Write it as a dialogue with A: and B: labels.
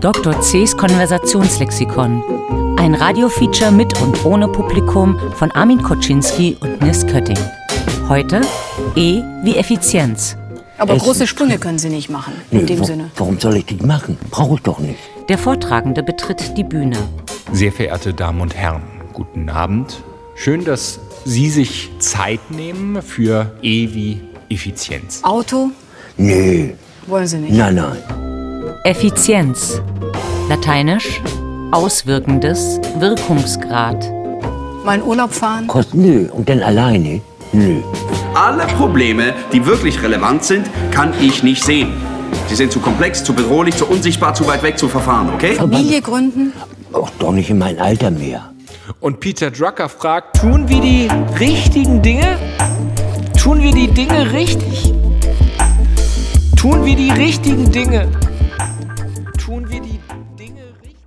A: Dr. C.'s Konversationslexikon. Ein Radiofeature mit und ohne Publikum von Armin Koczynski und Nils Kötting. Heute E wie Effizienz.
B: Aber
C: Essen.
B: große Sprünge können Sie nicht machen, in
C: Nö,
B: dem
C: wa-
B: Sinne.
C: Warum soll ich die machen? Brauche ich doch nicht.
A: Der Vortragende betritt die Bühne.
D: Sehr verehrte Damen und Herren, guten Abend. Schön, dass Sie sich Zeit nehmen für E wie Effizienz.
B: Auto
C: Nee,
B: wollen Sie nicht.
C: nein, nein.
A: Effizienz. Lateinisch Auswirkendes, Wirkungsgrad.
B: Mal in Urlaub fahren.
C: Kost, nö. Und dann alleine? Nö.
E: Alle Probleme, die wirklich relevant sind, kann ich nicht sehen. Sie sind zu komplex, zu bedrohlich, zu unsichtbar, zu weit weg zu verfahren, okay?
B: Familie gründen.
C: Auch doch nicht in mein Alter mehr.
D: Und Peter Drucker fragt, tun wir die richtigen Dinge? Tun wir die Dinge richtig? Tun wir die richtigen Dinge? Tun wir die Dinge richtig?